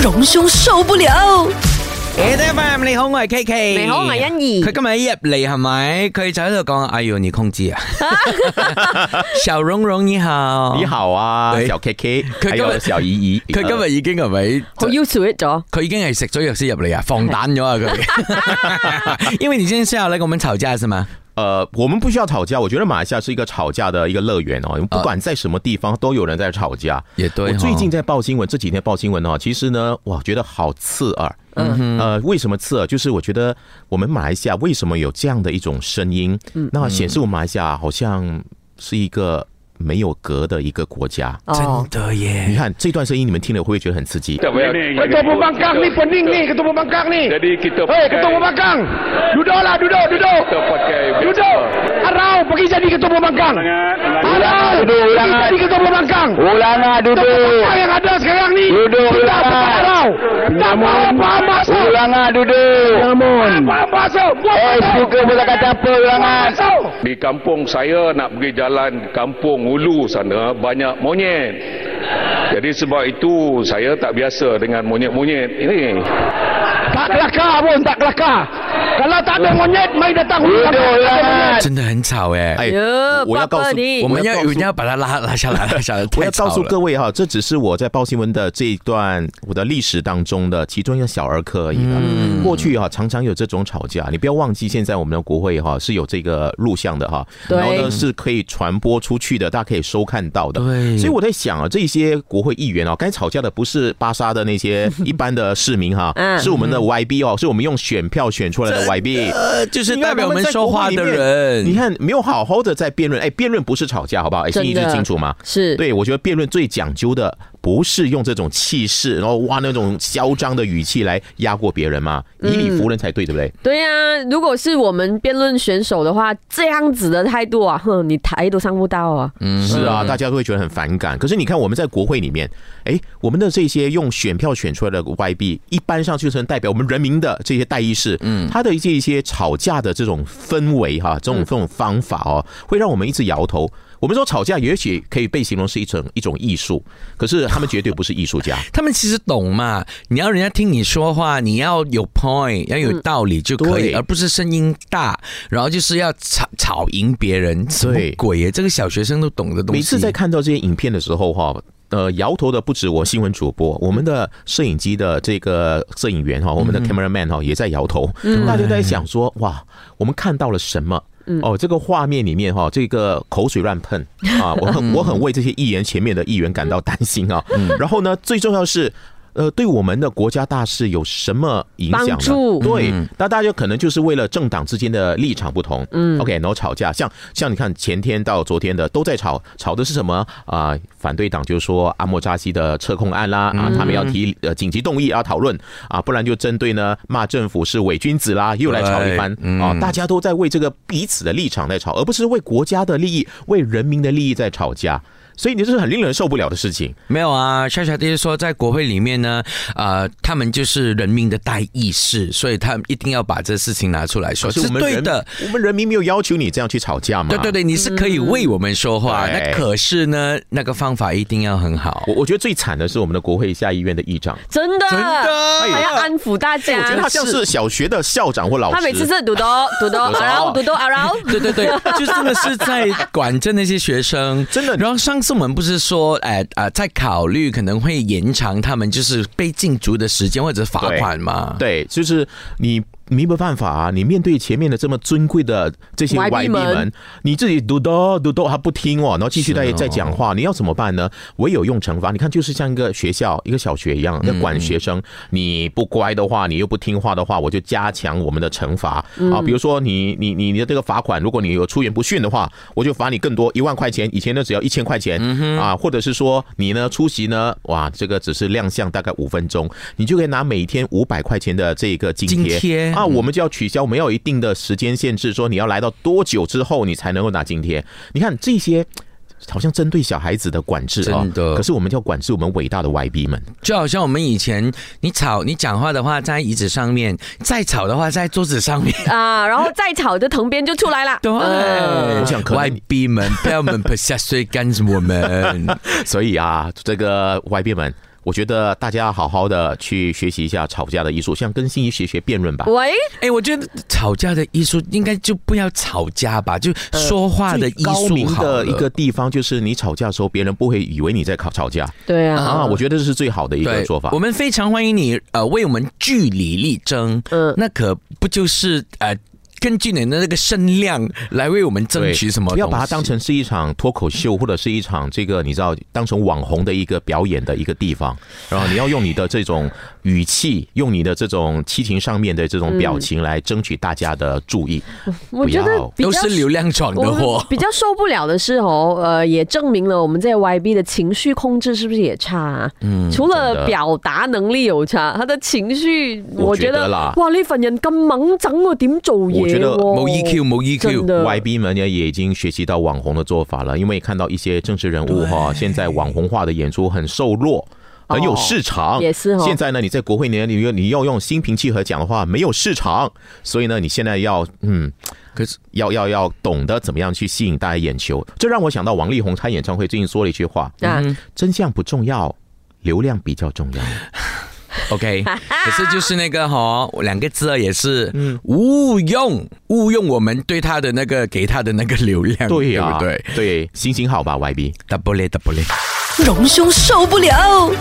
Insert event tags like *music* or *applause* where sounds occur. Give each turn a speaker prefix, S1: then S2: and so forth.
S1: 榮兄受不了。
S2: A F M 你好，我係 K K，
S1: 你好我係欣怡
S2: 佢今日一入嚟係咪？佢就喺度講：哎呦，你控制
S1: *laughs*
S2: 啊！小蓉蓉你好，
S3: 你。好啊，
S2: 喂
S3: 小 K K，
S2: 今日
S3: 还有小姨姨，呃
S2: 佢今日已經係咪？
S1: 好 used to it 咗，
S2: 佢已經係食咗藥先入嚟啊，防彈咗啊
S1: *laughs*
S2: 佢。因為你今天是要來跟我們吵架是嗎？
S3: 呃，我们不需要吵架，我觉得马来西亚是一个吵架的一个乐园哦，不管在什么地方都有人在吵架。
S2: 也对哦
S3: 我
S2: 哈
S3: 最近在报新闻，这几天报新闻哦，其实呢，哇，觉得好刺耳。嗯，呃，为什么刺耳？就是我觉得我们马来西亚为什么有这样的一种声音？那显示我们马来西亚好像是一个没有格的一个国家。
S1: 哦
S2: 真，的
S3: 你
S2: 耶！
S3: 看这段声音，你们听了会不会觉得很刺激？
S4: Ketua pembangkang ni pening ni, ketua pembangkang ni.
S5: Jadi kita
S4: Hei, ketua pembangkang. Duduklah, duduk, duduk.
S5: kita pakai
S4: Duduk. Arau, pergi jadi ketua pembangkang.
S5: sangat
S4: Arau, pergi jadi ketua pembangkang.
S6: Ulanglah
S4: Ketua
S6: duduk.
S4: pembangkang yang ada sekarang ni.
S6: Duduk,
S4: Kita
S6: duduk.
S4: bukan arau. Kita faham bahasa.
S6: Ulanglah duduk. Eh, Namun.
S4: Faham bahasa. Buat
S6: Eh, suka berkata apa ulangan.
S4: bahasa.
S5: Di kampung saya nak pergi jalan kampung Ulu sana banyak monyet. Jadi sebab itu saya tak biasa dengan monyet-monyet ini.
S4: Tak kelakar pun, tak kelakar. Kalau tak ada monyet, mari datang.
S6: Duduk
S4: Tak ada
S6: ulangan.
S2: 真的很吵哎，
S3: 哎
S1: 哟，
S3: 我要告
S1: 爸爸
S3: 诉
S1: 你
S2: 我们
S3: 我要
S2: 要
S3: 告
S2: 有
S3: 诉
S2: 人要把它拉拉下来，拉下来，
S3: 我
S2: 太
S3: 要
S2: 吵
S3: 告诉
S2: 了
S3: 各。位哈，这只是我在报新闻的这一段我的历史当中的其中一个小儿科而已的。
S2: 嗯
S3: 过去哈常常有这种吵架，你不要忘记，现在我们的国会哈是有这个录像的哈，
S1: 对
S3: 然后呢是可以传播出去的，大家可以收看到的。
S2: 对
S3: 所以我在想啊，这些国会议员哦，该吵架的不是巴沙的那些 *laughs* 一般的市民哈
S1: 嗯，
S3: 是我们的 YB 哦，是我们用选票选出来的 YB。
S2: 呃，就是
S3: 因为
S2: 代表我们
S3: 他在
S2: 说
S3: 国
S2: 话
S3: 会里
S2: 的
S3: 面
S2: 人。
S3: 你看没有好好的在辩论，哎，辩论不是吵架，好不好？哎，
S1: 真
S3: 心
S1: 的
S3: 意是清楚吗？
S1: 是
S3: 对，我觉得辩论最讲究的不是用这种气势，然后哇那种嚣张的语气来压过别人嘛，以理服人才对，对不对？
S1: 对呀、如果是我们辩论选手的话，这样子的态度啊，哼，你台都上不到啊。
S3: 是啊，大家都会觉得很反感。可是你看我们在国会里面，哎，我们的这些用选票选出来的 YB，一般上去是代表我们人民的这些代议士，嗯，他的这一些吵架的这种氛围哈、这种这种方法哦，会让我们一直摇头。我们说吵架也许可以被形容是一种一种艺术，可是他们绝对不是艺术家。
S2: 他们其实懂嘛，你要人家听你说话，你要有 point，要有道理就可以，
S3: 嗯对
S2: 而不是声音大，然后就是要吵吵赢别人，什么鬼耶？这个小学生都懂的东西。
S3: 每次在看到这些影片的时候，哈。呃，摇头的不止我新闻主播，我们的摄影机的这个摄影员哈，我们的 cameraman 哈也在摇头，大家都在想说哇，我们看到了什么？哦，这个画面里面哈，这个口水乱喷啊，我很我很为这些议员前面的议员感到担心啊。然后呢，最重要是。呃，对我们的国家大事有什么影响呢
S1: 帮助
S3: 对，
S2: 嗯
S3: 那大家可能就是为了政党之间的立场不同，嗯，OK，然后吵架，像像你看前天到昨天的都在吵，吵的是什么啊、反对党就说阿莫扎西的撤控案啦，
S2: 嗯
S3: 啊，他们要提呃紧急动议啊讨论啊，不然就针对呢骂政府是伪君子啦，又来吵一番
S2: 对嗯
S3: 啊，大家都在为这个彼此的立场在吵，而不是为国家的利益、为人民的利益在吵架，所以你这是很令人受不了的事情。
S2: 没有啊，小小弟说，在国会里面呢，呃，他们就是人民的代议士，所以他们一定要把这事情拿出来说，
S3: 可是
S2: 是
S3: 我们
S2: 对
S3: 人
S2: 的。，
S3: 我们人民没有要求你这样去吵架嘛？
S2: 对对对，你是可以为我们说话，
S3: 嗯
S2: 那
S3: 对
S2: 可是呢，那个方法一定要很好。
S3: 我我觉得最惨的是我们的国会下议院的议长，
S1: 真的，
S2: 真的
S1: 还要安抚大家。
S3: 哎我觉得他像是小学的校长或老师。
S1: 他每次是嘟嘟嘟
S3: *laughs*
S1: 嘟，然后嘟嘟，然后
S2: *laughs* 对对对，就真的是在管着那些学生，
S3: 真的
S2: 然后上次我们不是说，哎啊、呃在考虑可能会延长他们就是被禁足的时间或者罚款嘛？
S3: 对，就是你没有办法啊，你面对前面的这么尊贵的这些
S1: YB
S3: 外币们
S1: 们，
S3: 你自己嘟嘟嘟嘟，他不听哦，然后继续在
S2: 是哦
S3: 在讲话，你要怎么办呢？唯有用惩罚。你看，就是像一个学校、一个小学一
S2: 嗯
S3: 样，在管学生，你不乖的话，你又不听话的话，我就加强我们的惩罚
S2: 嗯
S3: 啊。比如说你你你你的这个罚款，如果你有出言不逊的话，我就罚你更多一万块钱，以前呢只要一千块钱
S2: 嗯
S3: 啊，或者是说你呢出席呢，哇，这个只是亮相大概五分钟，你就可以拿每天五百块钱的这个津
S2: 津贴嗯
S3: 贴啊，我们就要取消，我们要有一定的时间限制，说你要来到多久之后你才能够拿津贴。你看这些。好像针对小孩子的管制啊、
S2: 真的
S3: 可是我们就要管制我们伟大的 YB 们。
S2: 就好像我们以前你吵你讲话的话在椅子上面，再吵的话在桌子上面。
S3: *laughs*
S1: 啊，然后再吵就藤鞭就出来了。嗯
S2: 对，我
S3: 想可能
S2: 外逼
S3: *laughs*
S2: 们，不要我们不下水干我们。
S3: 所以啊，这个 YB 们，我觉得大家好好的去学习一下吵架的艺术，像跟心仪学学辩论吧。
S1: 喂，
S2: 哎，我觉得吵架的艺术应该就不要吵架吧，就说话的
S3: 最
S2: 艺
S3: 高
S2: 术
S3: 明
S2: 好了
S3: 的一个地方就是你吵架的时候，别人不会以为你在吵吵架
S1: 对啊，
S3: 啊。我觉得这是最好的一个
S2: 对
S3: 做法
S2: 我。们非常欢迎你，呃，为我们据理力争。
S1: 嗯
S2: 那可不就是呃，根据你的那个声量来为我们争
S3: 对
S2: 取什么东
S3: 不
S2: 西？
S3: 要把它当成是一场脱口秀，或者是一场这个你知道当成网红的一个表演的一个地方。然后你要用你的这种语气，用你的这种七情上面的这
S2: 嗯
S3: 种表情来争取大家的注意。
S1: 我
S3: 不
S1: 觉
S3: 要
S1: 得比较
S2: 都是流量闯的
S1: 我
S2: 祸
S1: 们。比较受不了的是哦，呃，也证明了我们在 YB 的情绪控制是不是也差、啊？嗯，除
S3: 真
S1: 了
S3: 的
S1: 表达能力有差，他的情绪，
S3: 我
S1: 我覺
S3: 覺得啦
S1: 哇，呢份人咁猛整我點做嘢喎？
S3: 我覺得 E
S2: 冇 EQ，冇
S1: 真
S2: EQ。
S1: 的
S3: YB 们呢也已经学习到网红的做法了，因为看到一些政治人物哈，现在网红化的演出很瘦弱。很有市场，
S1: 也是哦
S3: 现在呢，你在国会呢，你要你要用心平气和讲的话，没有市场，所以呢，你现在要嗯，
S2: 可是
S3: 要要要懂得怎么样去吸引大家眼球。这让我想到王力宏开演唱会最近说了一句话：嗯
S1: 啊，
S3: 真相不重要，流量比较重要。
S2: OK，可是就是那个哈，两个字啊也是，
S3: 嗯
S2: 误用误用我们对他的那个给他的那个流量，
S3: 对啊呀、
S2: 不对
S3: 对，行行好吧，YB。
S2: ？Double A，Double A。
S7: 隆兄受不了，